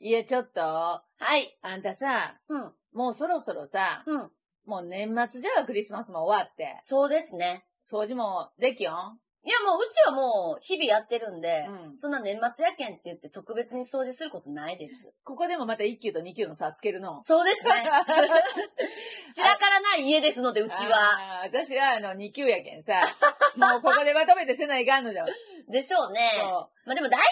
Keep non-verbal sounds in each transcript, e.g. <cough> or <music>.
いや、ちょっと。はい。あんたさ、うん。もうそろそろさ、うん。もう年末じゃあクリスマスも終わって、そうですね。掃除もできよん。いや、もううちはもう日々やってるんで、うんそんな年末やけんって言って特別に掃除することないです。ここでもまた1級と2級の差つけるの。 <laughs> そうですね。 <laughs> 散らからない家ですので、うちあは。ー。私はあの2級やけんさ、 <laughs> もうここでまとめてせないかんのじゃん。でしょうね。そう。まあでも大体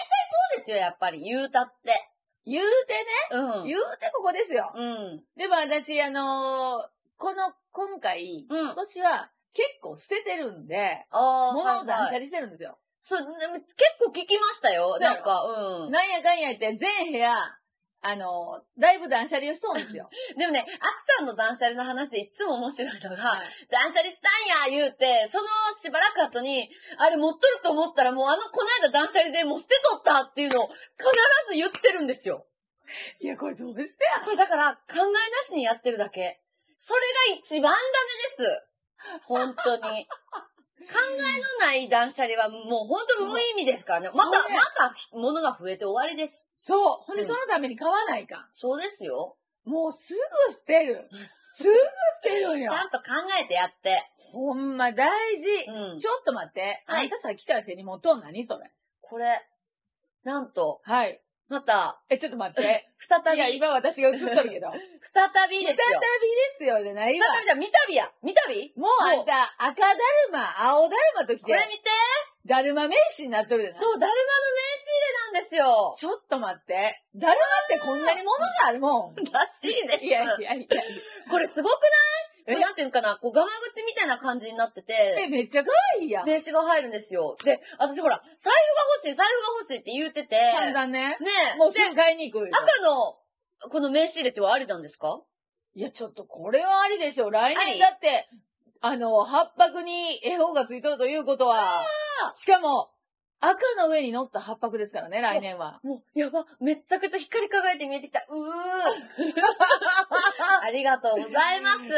そうですよ、やっぱり。言うたって。言うてね、うん。言うてここですよ。うん。でも私、あのーこの、今回、うん今。年は結構捨ててるんで、ああ、物を断はい捨はい離してるんですよ。そう、でも結構聞きましたよ。そうやなろんか、うん。なんやかんや言って、全部屋、あのーだいぶ断捨離をしとんですよ。でもね、アキさんの断捨離の話でいつも面白いのが、断捨離したんや言うて、そのしばらく後に、あれ持っとると思ったらもうあの、この間断捨離でもう捨てとったっていうのを必ず言ってるんですよ。いや、これどうしてやそれだから考えなしにやってるだけ。それが一番ダメです。本当に。考えのない断捨離はもう本当無意味ですからね。そうまた、そうねまた物が増えて終わりです。そう。ほんで、うんそのために買わないか。そうですよ。もうすぐ捨てる。すぐ捨てるんちよ。ゃんと考えてやって。ほんま大事。うん。ちょっと待って。はいあんたさっきから手に持っとん何それ。これ、なんと、はい。また、え、ちょっと待って。再いや、び、今私が映っと <laughs> るけど。再びですよ。再びですよじゃないわ。再びじゃ、見たびや。見たびもうあんた、赤だるま、青だるまと来これて、見て。だるま名詞になっとるでな。そう、だるまの名刺入れなんですよ。ちょっと待って。だるまってこんなにものがあるもん。らしいです。いやいやいや。これすごくないえなんていうんかな、こう、ガマ口みたいな感じになっててえ、、めっちゃ可愛いやん。名刺が入るんですよ。で、私ほら、財布が欲しい、財布が欲しいって言ってて、散々ね。ねえ、もうすで、ぐ買いに行くよ。赤の、この名刺入れってはありなんですかいや、ちょっとこれはありでしょう。来あ年りだって、あの、八白に絵本がついとるということは、しかも、赤の上に乗った八白ですからね、来年 <laughs> は。もう、やば、めっちゃくちゃ光り輝いて見えてきた。うー。ありがとうございます。え、ち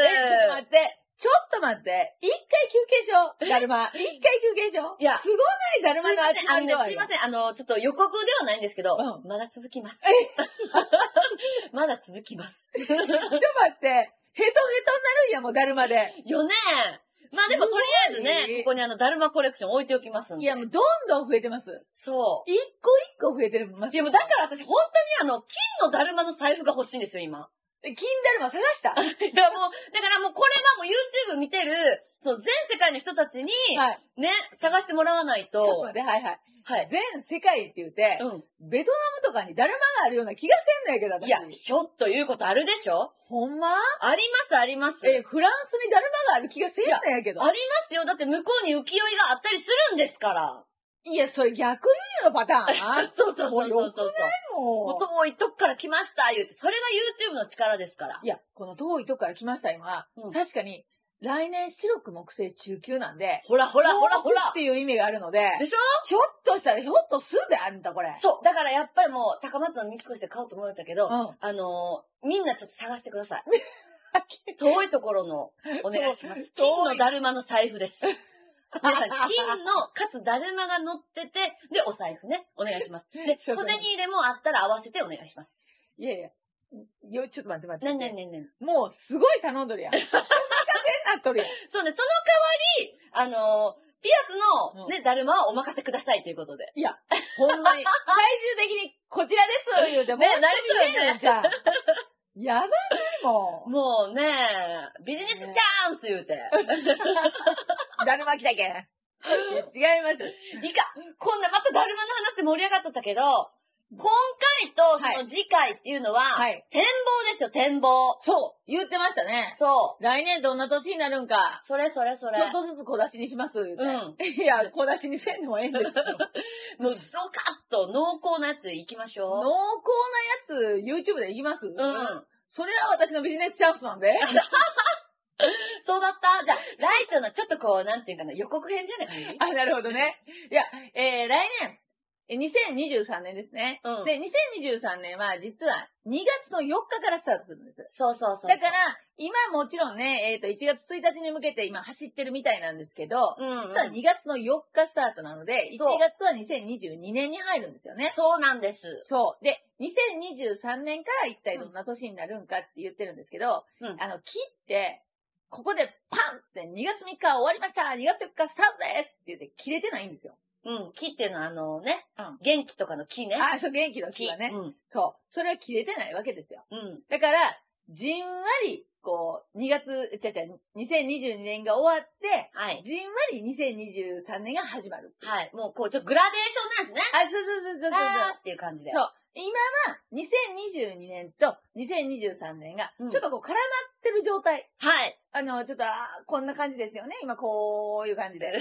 ょっと待って。ちょっと待って。一回休憩しよう。だるま。一回休憩しよう。いやすごないだるまのすいません、あのね度合すいいません、あの、ちょっと予告ではないんですけど、うまだ続きます。 <laughs> まだ続きます。ちょっと待って。ヘトヘトになるんや、もうだるまで。よねまあでもとりあえずすごいね、ここにあの、だるまコレクション置いておきますんで。いや、もうどんどん増えてます。そ一個一個増えてます。う。いやもうだから私本当にあの、金のだるまの財布が欲しいんですよ、今。金だるま探 <laughs> した。 <laughs> はいやもう、だからもうこれはもう YouTube 見てる、そう、全世界の人たちに、い。ね、探してもらわないちょと。っと待って、はいはい。はい。全世界って言って、うベトナムとかにだるまがあるような気がせんのやけど、ん。私いや、ひょっということあるでしょほんまあります、あります。え、フランスにだるまがある気がせんのやけど。ありますよ。だって向こうに浮世絵があったりするんですから。いや、それ逆輸入のパターン <laughs> そうそうそうそうそう。ももうう遠いとこから来ました、言うて。それが YouTube の力ですからい。や、この遠いとこから来ました、今。うん確かに、来年白く木星中級なんで、ほらほらほら遠ほくらっ。ていう意味があるので、でしょひょっとしたらひょっとするで、あんたこれ。そう。だからやっぱりもう、高松の三越で買おうと思ったけど、うん。あのーみんなちょっと探してください。遠いところの、 <laughs> お願いします。そう金のだるまの財布 <laughs> です。皆さん、金の、かつだるまが乗ってて、で、お財布ね、お願いします。で、ちょ小っと銭待って入れもあったら合わせてお願いします。いやいや。よ、ちょっと待って待って。ねんねんねんねん。もう、すごい頼んどるやん。人任せになっとるやん。そうね、その代わり、あのーピアスの、ね、だるまはお任せくださいということで。ほんまに。最終的に、こちらです言うて、もうね下見れんのじゃん。やばないも <laughs> ん。もうね、ビジネスチャンス言うて。だるま来たけん。いや違います。いか、こんなまただるまの話で盛り上がっとったけど、今回とはいその次回っていうのは、はい。展望ですよ、展望。そう、言ってましたね。そ来年どんな年になるんかう。、それそれそれ。ちょっとずつ小出しにします。言うてうん。 <laughs> いや、小出しにせんでもええんですけど。もうドカッと濃厚なやついきまし濃ょ厚なやつ、YouTube でいきますうう。うん。それは私のビジネスチャンスなんで。そうだったじゃあ、ライ <laughs> トのちょっとこう、なんていうかな、予告編みたいな感あ、じなるほどね。いや、えー、来年、え2023年ですね。うん。で、2023年は実は2月の4日からスタートするんです。そうそうそう。だから、今もちろんね、えっ、と、1月1日に向けて今走ってるみたいなんですけど、うん、うん。実は2月の4日スタートなので、1そう月は2022年に入るんですよね。そうなんです。そう。で、2023年から一体どんな年になるんかって言ってるんですけど、うんあの、切って、ここでパンって2月3日終わりました !2 月4日スタートですって言って切れてないんですよ。うん。木っていうのはあのね、うん元気とかの木ね。あ、そう、元気の木はね。うん。そう。それは切れてないわけですよ。うん。だから、じんわり、こう、2月、ちゃちゃ、2022年が終わって、はい。じんわり2023年が始まる。はい。もうこう、ちょっとグラデーションなんですね。あ、そうそうそうそうそうあーっていう感じで。そう。今は、2022年と2023年がうん、ちょっとこう絡まってる状態。はい。あの、ちょっと、あーこんな感じですよね。今、こういう <laughs> 感じで。はい。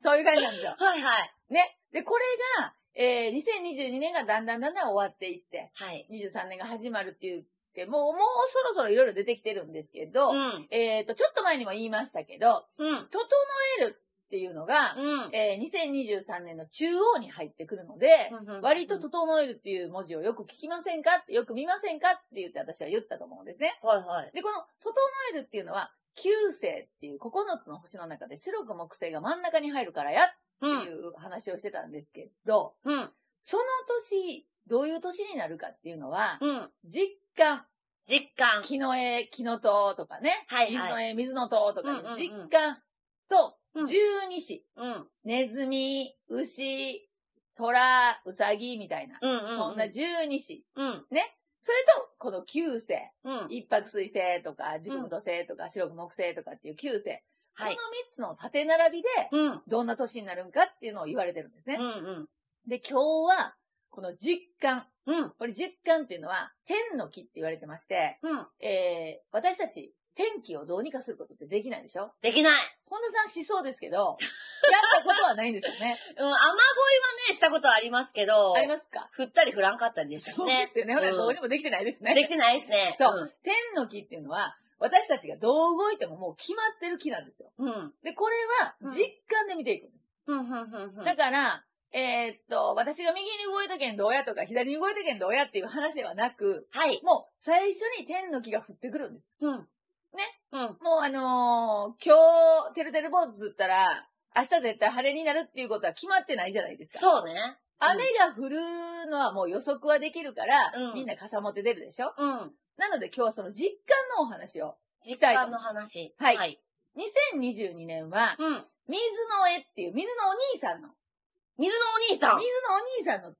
そういう感じなんですよ。はいはい。ね。で、これが、えー、2022年がだんだんだんだん終わっていって、はい。 23年が始まるって言って、もう、もうそろそろいろいろ出てきてるんですけど、うん。えっ、と、ちょっと前にも言いましたけど、うん。整えるっていうのが、うん。えー、2023年の中央に入ってくるので、うん割と、整えるっていう文字をよく聞きませんかよく見ませんかって言って私は言ったと思うんですね。はいはい。で、この整えるっていうのは、九星っていう9つの星の中で白く木星が真ん中に入るからやうっていん。う話をしてたんですけど、うん。その年、どういう年になるかっていうのは、うん。実感、実感。木の絵、木の塔とかね、はい水のはい。絵、水の塔とかうんうんうね、ん実感とうん十二支、うん。ネズミ、牛、虎、ウサギみたいな、うんうん。そんな十二支。うん。それと、この九星、うん。一泊水星とか、自分土星とか、白く木星とかっていう九星、こはい。の三つの縦並びで、うん。うんどんな年になるんかっていうのを言われてるんですね。うん。で、今日は、この実感。うん。これ実感っていうのは、天の木って言われてまして、うん。えー、私たち、天気をどうにかすることってできないでしょできない。本田さんしそうです <laughs> けど、やったことはないんですよね。うん。雨乞いはね、したことはありますけど、ありますか振ったり振らんかったりでしたしそうでね。すよね。ほら、うんどうにもできてないですでね。きてないですね。そ天の木っていうのは、私たちがどう動いてももう決まってる木なんですよ。うん。うん。で、これはうん実感で見ていくんです。うん。うん。うん。うんだから、えーっと、私が右に動いたけんどうやとか、左に動いたけんどうやっていう話ではなく、はい。もう最初に天の木が降ってくるんです。うん。ね。うん。もうあのー今日、てるてる坊主ずったら、明日絶対晴れになるっていうことは決まってないじゃないですか。そうね。雨が降るのはもう予測はできるから、うんみんな傘持って出るでしょうん。なので今日はその実感のお話を。実感の話。はいはい。 2022年は、うん。水の絵っていう、水のお兄さんの、水のお兄さ水ん。歌ののお兄さんの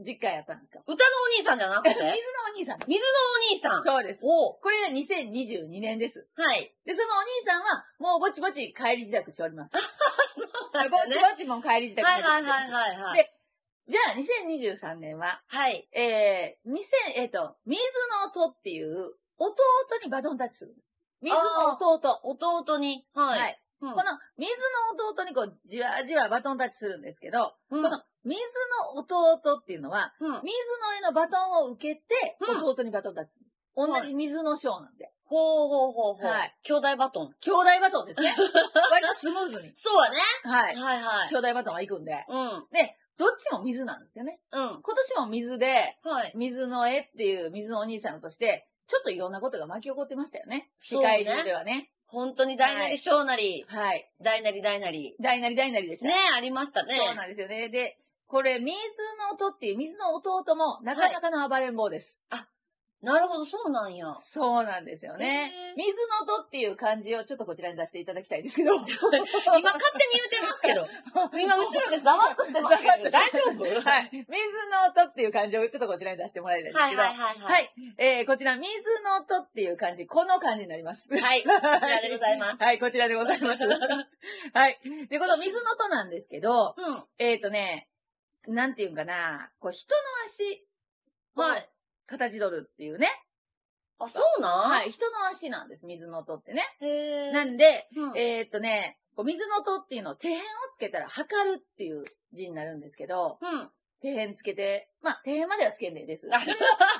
実感やったんですよ。お兄さんじゃなくて <laughs> 水のお兄さんの。水のお兄さん。そうです。おうこれが2022年です。はい。で、そのお兄さんは、もうぼちぼち帰り自宅しております。ぼちぼちもう帰り自宅はいしておはりいまはすいはいはい。でじゃあ、2023年は、はい。えー、2000、えっ、と、水の音っていう、弟にバトンタッチするんです。水の弟。弟に。は。はいい。うんこの水の弟にこう、じわじわバトンタッチするんですけど、うんこの水の弟っていうのは、うん。水の絵のバトンを受けて、うん弟にバトンタッチするんです。同じ水の章なんで。ほうほうほうほう。はい兄弟バトン。兄弟バトン <laughs> ですね。割とスムーズに。そうはね。は。はいいはい。兄弟バトンは行くんで。うん。で、どっちも水なんですよね。うん。今年も水で、はい。水の絵っていう水のお兄さんとして、ちょっといろんなことが巻き起こってましたよね。そう世ね界中ではね。本当に大なり小なり、はい。大なり大なり。大なり大なりでした。ねありましたね。そうなんですよね。で、これ、水の音っていう、水の弟も、なかなかの暴れん坊です。なるほど、そうなんや。そうなんですよねへー。水の音っていう漢字をちょっとこちらに出していただきたいんですけど。今勝 <laughs> 今勝手に言うてますけど。今後ろでざわっとしてますけど。大丈夫は。 <laughs> い。水の音っていう漢字をちょっとこちらに出してもらいたいんですはいけど。はい <laughs> はい。はいは。はいい。えー、こちら、水の音っていう漢字、この漢字になります。はい。こちらでございます。はい、こちらでございます。 <laughs> はい。で、この水の音なんですけど、うん。えっ、ー、とね、なんていうんかな、こう、人の足、はい。。形取るっていうね。あ、そうなん。はいい、人の足なんです、水の音ってね。へーなんで、うんえーっとね、こう水の音っていうのを手辺をつけたら測るっていう字になるんですけど、うん。手辺つけて、まあ、手辺まではつけんでいいです。あ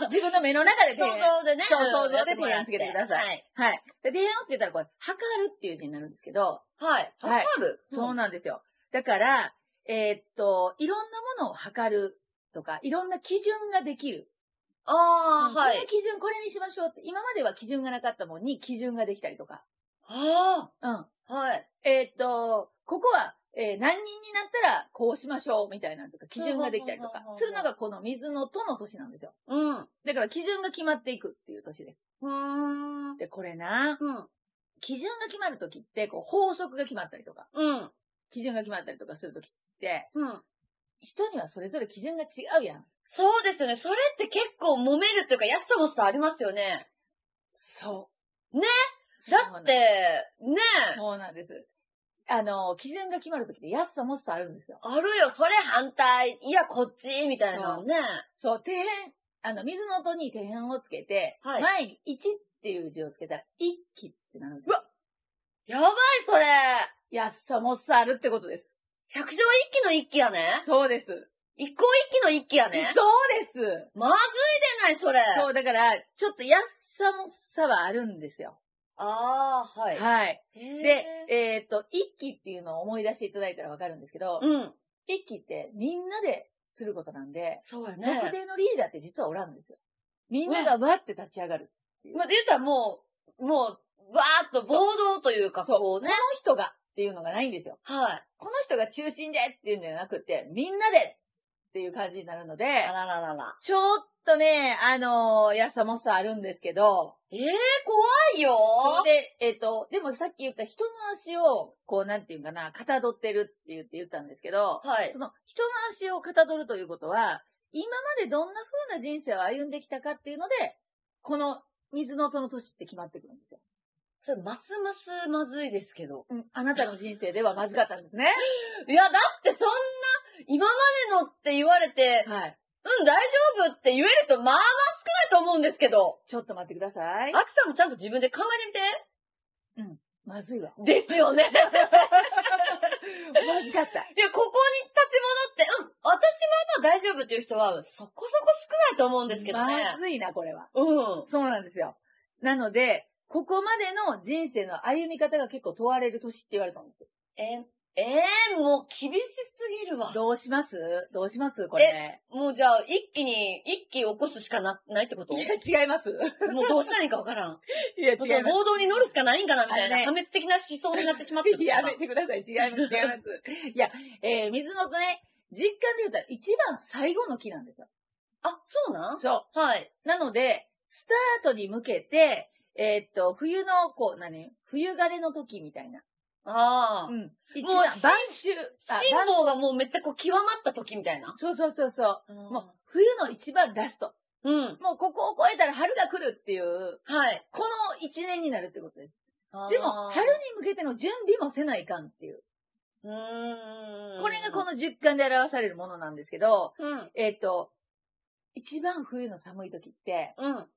自分の目の中で手 <laughs> 想辺。像でね。そう想像でやっても提らっ案つけてくださいはい。はい。で、手辺をつけたらこれ、測るっていう字になるんですけど、はい。はいわかる。そうな。なんですよ。だから、えーっと、いろんなものを測るとか、いろんな基準ができる。ああ、はこれい。基準、これにしましょうって。今までは基準がなかったもんに基準ができたりとか。あうん。あ、はい。えーっと、ここは、えー何人になったらこうしましょうみたいなのとか、基準ができたりとほうかほうほうほうほ、うするのがこの水のとの年なんですよ。うん。うだから基準が決まっていくっていう年です。ーん。で、これな、うん。基準が決まるときって、こう、法則が決まったりとか、うん。基準が決まったりとかするときって、うん。人にはそれぞれ基準が違うやん。そうですよね。それって結構揉めるっていうか、安さもさありますよね。そう。ねそうだなっんて、です、ねえ。そうなんです。あの、基準が決まるときって安さもっさあるんですよ。あるよ、それ反対。いや、こっち、みたいなそうね。そう、底辺、あの、水の音に底辺をつけて、はい前に1っていう字をつけたら、一気ってなるんです。うわやばい、それ。安さもっさあるってことです。百条一揆の一揆やね。そうです。一向一揆の一揆やね。そうです。まずいでない、それ。そう、だから、ちょっと安さもっさはあるんですよ。ああ、はい。はい。でで、、えーっと、一期っていうのを思い出していただいたらわかるんですけど、うん。一期ってみんなですることなんで、そうや特ね。定のリーダーって実はおらんですよ。みんながわって立ち上がる。まあ、で言ったらもう、もう、わーっと暴動というか、そうこうね。この人がっていうのがないんですよ。はい。この人が中心でっていうんじゃなくて、みんなでっていう感じになるのであ、らららら。ちょっとね、あのー、安さもさあるんですけど、ええー、怖いよで、えっ、と、でもさっき言った人の足を、こう、なんていうんかな、かたどってるって言って言ったんですけど、はいそ。の人の足をかたどるということは、今までどんな風な人生を歩んできたかっていうので、この水の音の年って決まってくるんですよ。それ、ますますまずいですけど。うん。あなたの人生ではまずかったんですね。いや、だってそんな、今までのって言われて、はい。うん、大丈夫って言える人、まあまあ少ないと思うんですけど。ちょっと待ってください。アキさんもちゃんと自分で考えてまずいわ。みて。です <laughs> よね。まずかった。いや、ここに立ち戻って、うん、私はまあ大丈夫っていう人は、そこそこ少ないと思うんですけどね。まずいな、これは。うん。そうなんですよ。なので、ここまでの人生の歩み方が結構問われる年って言われたんですよえ、えー、もう厳しすぎるわ。どうしますどうしますこれ。もうじゃあ、一気に、一気起こすしかな、ないってこといや、違います。 <laughs> もうどうしたらいいかわからん。いや、違いもうま暴動に乗るしかないんかな、みたいあな、れね破滅的な思想になってしまったのす。<laughs> かなやめてください。違います。違います。いや、えー、水の音ね、実感で言ったら一番最後の木なんですよ。あ、そうなんそはい。う。なので、スタートに向けて、えーっと、冬の、こう、何冬枯れの時みたいな。ああ。ん。一もう番、晩秋。あ辛抱がもうめっちゃこう極まった時みたいな晩。そうそうそうそあーう。もう、冬の一番ラスト。うん。もう、ここを越えたら春が来るっていう、はい。この一年になるってことです。でも、春に向けての準備もせないかんっていう。うーん。これがこの10巻で表されるものなんですけど、うん。えっ、と、一番冬の寒い時って、うん。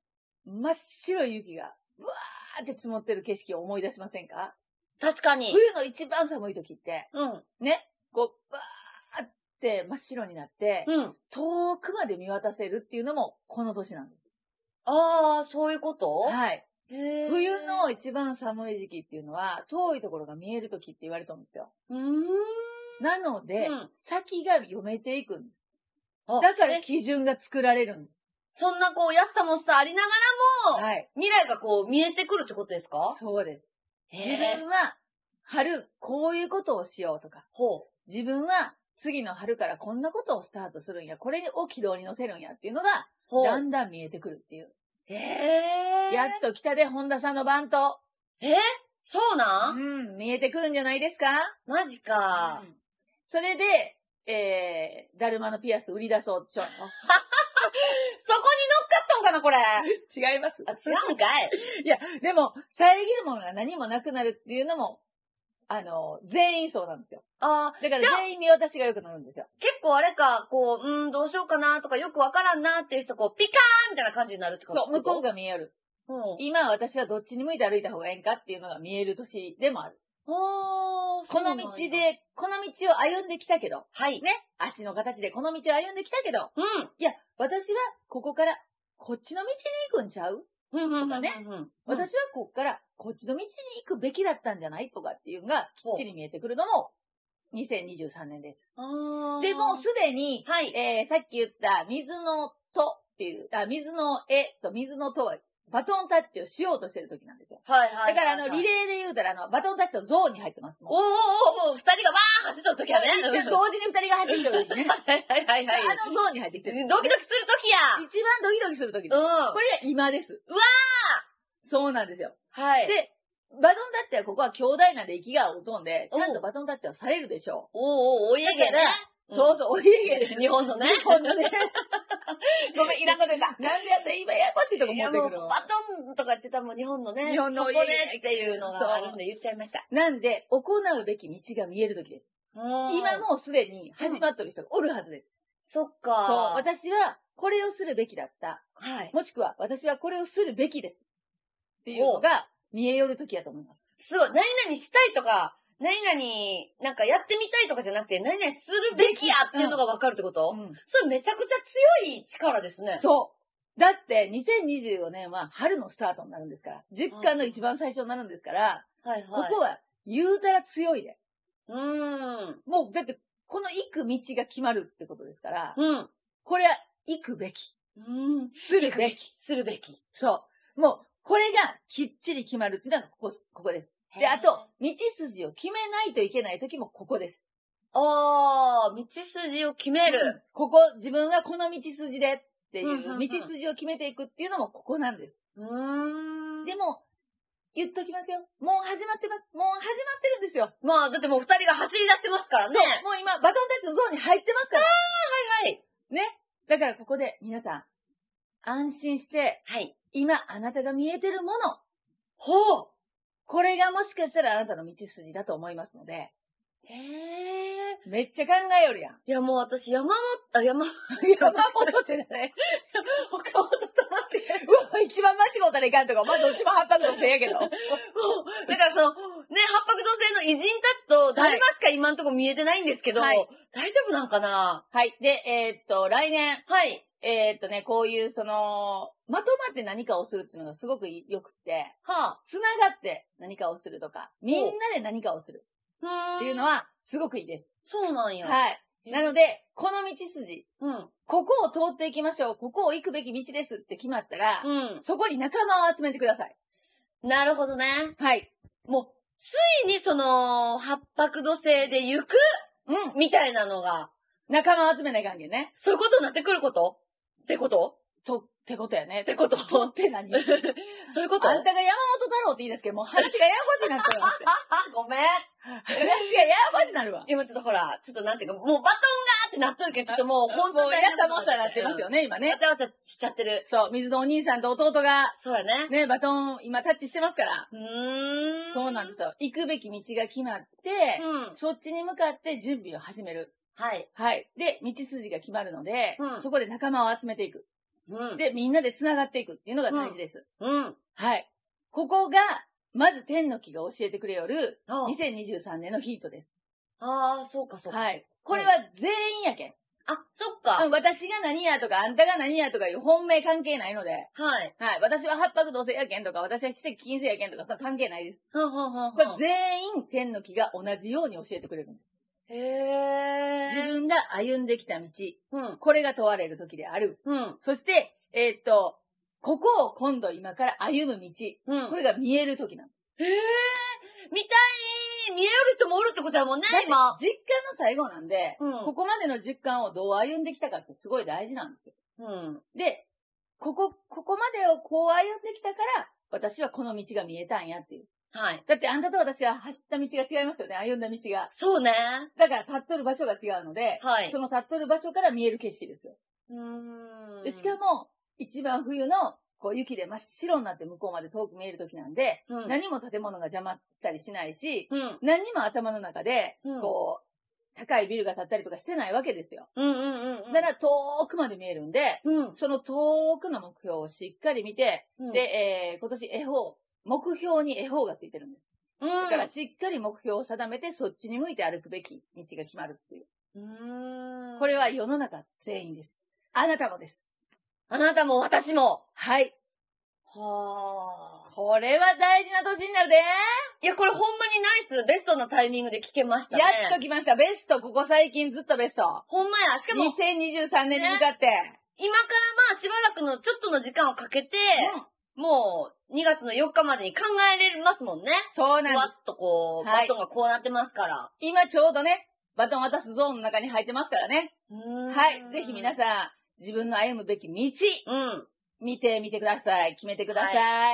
真っ白い雪が、ブワーって積もってる景色を思い出しませんか確かに。冬の一番寒い時って、うん。ね、こう、バーって真っ白になって、うん。遠くまで見渡せるっていうのもこの年なんです。ああ、そういうことはい。へー冬の一番寒い時期っていうのは、遠いところが見える時って言われたんですよ。うーん。なので、うん先が読めていくんです。あだからえ基準が作られるんです。そんなこう、安さもさ、ありながらも、はい。未来がこう、見えてくるってことですかそうです。自へー分は、春、こういうことをしようとか、ほ自分は、次の春からこんなことをスタートするんや、これを軌道に乗せるんやっていうのが、う。ほう。だんだん見えてくるっていう。へえ。やっと北で本田さんの番と、えそうなんうん、見えてくるんじゃないですかマジかう。んそれで、えー、だるまのピアス売り出そうでしょ。そこに乗っかったのかな、これ。あ、 <laughs> 違います違うんかい。いや、 <laughs> でも、遮るものが何もなくなるっていうのも、あの、全員そうなんですよ。ああ、だからじゃあ全員見渡しが良くなるんですよ。結構あれか、こう、うん、どうしようかなとか、よくわからんなっていう人、こう、ピカーンみたいな感じになるってことそう、向こうが見える。う。うん。今私はどっちに向いて歩いた方がええんかっていうのが見える年でもある。おー、この道。で、この道を歩んできたけど、はい。ね、足の形でこの道を歩んできたけど、うん。いや、私はここからこっちの道に行くんちゃううん、うん、うん。とかねうん。私はここからこっちの道に行くべきだったんじゃないとかっていうのがきっちり見えてくるのも、 2023年です。あで、もうすでに、はい。えー、さっき言った水のとっていう、あ、水の絵と水のとはバトンタッチをしようとしてる時なんですよ。はいはだい。からあの、リレー。ーで言うたらあの、バトンタッチのゾーンに入ってます。もうおーおーおーおー、二人がわー走っとるときはね。一瞬同時に二人が走ってる時ね。 <laughs> はいはいはいはい。あのゾーンに入ってきてる。ドキドキするときや一番ドキドキする時です。うんこ。れが今です。うわーそうなんですよ。はい。で、バトンタッチはここは兄弟なんで息が劣んで、おちうゃんとバトンタッチはされるでしょおーおー、お家う。だ芸かねら。、そううそう、お家芸でん。日本のね。ほんと <laughs> ね。ごめん、いらんこと言った。なんでやったら今ややこしいとこい持っやてもくう、るのバトンとか言ってたらもう日本のね、日本のそこねっていうのがあるんで言っちゃいました。なんで、行うべき道が見える時です。今今、もうすでに始まってる人がおるはずです。そっか。そう、私はこれをするべきだった。はい。もしくは、私はこれをするべきです。っていうのが見えよる時やと思います。すごい。何々したいとか、何々、なんかやってみたいとかじゃなくて、何々するべきやっていうのがわかるってこと、それめちゃくちゃ強い力ですね。そう。だって、2024年は春のスタートになるんですから、10巻の一番最初になるんですから、はいこはい。こは言うたら強いで。うーん。もう、だって、この行く道が決まるってことですから、うん。これは行くべき。うん。する行くべべき。するべき。そう。もう、これがきっちり決まるっていうのがここ、ここです。で、あと、道筋を決めないといけない時もここです。あー、道筋を決める。うんここ、自分はこの道筋でっていうんうんうう、ん道筋を決めていくっていうのもここなんです。うーん。でも、言っときますよ。もう始まってます。もう始まってるんですよ。まあ、だってもう二人が走り出してますからね。そう。もう今、バトンタッチのゾーンに入ってますから。はい。だからここで、皆さん、安心して、はい。今あなたが見えてるもの、ほう。これがもしかしたらあなたの道筋だと思いますので、へえ。めっちゃ考えよるやん。いや、もう私、山本、あ、山、山本って誰岡本と間違えうわ、一番間違うたらいかんとか、まあどっちも八白のせいやけど。もう、だからその、ね、八白同性の偉人たちと、誰がしか今んとこ見えてないんですけど、はい大丈夫なんかなはい。で、えーっと、来年、はい。えーっとね、こういう、その、まとまって何かをするっていうのがすごく良くて、はつながって何かをするとか、みんなで何かをするあ。っていうのは、は、すごくいいです。そうなんや。はい。なので、この道筋、うん。ここを通っていきましょう、ここを行くべき道ですって決まったら、うそこに仲間を集めてください。ん。なるほどね。はい。もう、ついにその、八白土星で行くうん。みたいなのが、仲間を集めない関係ね。そういうことになってくることってことと、ってことやね。ってこととって何 <laughs> そういうことあんたが山本太郎って言い出すけど、もう話がややこしいなって思 <laughs> って。あ、ごめん。話がややこしになるわ。今ちょっとほら、ちょっとなんていうか、もうバトンがーってなっとるけど、ちょっともう本も当うに皆さんもさなってますよね、今ね。わね。ちゃわちゃしちゃってる。そう、水のお兄さんと弟が、そうやね。ね、バトン、今タッチしてますから。うーん。そうなんですよ。行くべき道が決まっうて、ん。そっちに向かって準備を始める。はい。はい。で、道筋が決まるので、うんそこで仲間を集めていく。うん。で、みんなで繋がっていくっていうのが大事です。うん。はい。ここが、まず天の木が教えてくれよる、あ2023年のヒートです。あー、そうかそうか。はい。これは全員やけん。あ、そっかうん。私が何やとか、あんたが何やとかいう本命関係ないので、はい。はい。私は八白同性やけんとか、私は七石金星やけんとか、そんな関係ないです。はんはんはんこれはん。全員天の木が同じように教えてくれるんです。へえ。自分が歩んできた道、うん。これが問われる時である。うん。そして、えーっと、ここを今度今から歩む道、うん。これが見える時なの。へえ。見たい。見える人もおるってことやもんね、今。実家の最後なんで、うんここまでの実感をどう歩んできたかってすごい大事なんですよ。うん。で、ここ、ここまでをこう歩んできたから、私はこの道が見えたんやっていう。はい。だってあんたと私は走った道が違いますよね、歩んだ道が。そうね。だから立っとる場所が違うので、はいそ。の立っとる場所から見える景色ですよ。うーん。でしかも、一番冬の、こう雪で真っ白になって向こうまで遠く見える時なんで、うん、何も建物が邪魔したりしないし、うん。何も頭の中で、うんこう、高いビルが建ったりとかしてないわけですよ。うんうんうんうん。なら遠くまで見えるんで、うん、その遠くの目標をしっかり見て、うん。で、、えー、今年絵本、目標に絵本がついてるんです。うん。だからしっかり目標を定めて、そっちに向いて歩くべき道が決まるっていう。うーん。これは、世の中全員です。あなたもです。あなたも私も。はい。はあ。これは大事な年になるで、いや、これほんまにナイス、ベストなタイミングで聞けましたね。やっと来ました。ベスト、ここ最近ずっとベスト。ほんまや。しかも、 2023年に向かって。今からまあしばらくのちょっとの時間をかけて、もう2月の4日までに考えれますもんね。そうふなんでわす。っとこう、はバいトンがこうなってますから。今ちょうどね、バトン渡すゾーンの中に入ってますからね。はい。ぜひ皆ん。さん、自分の歩むべき道、うん。見てみてください。決めてください。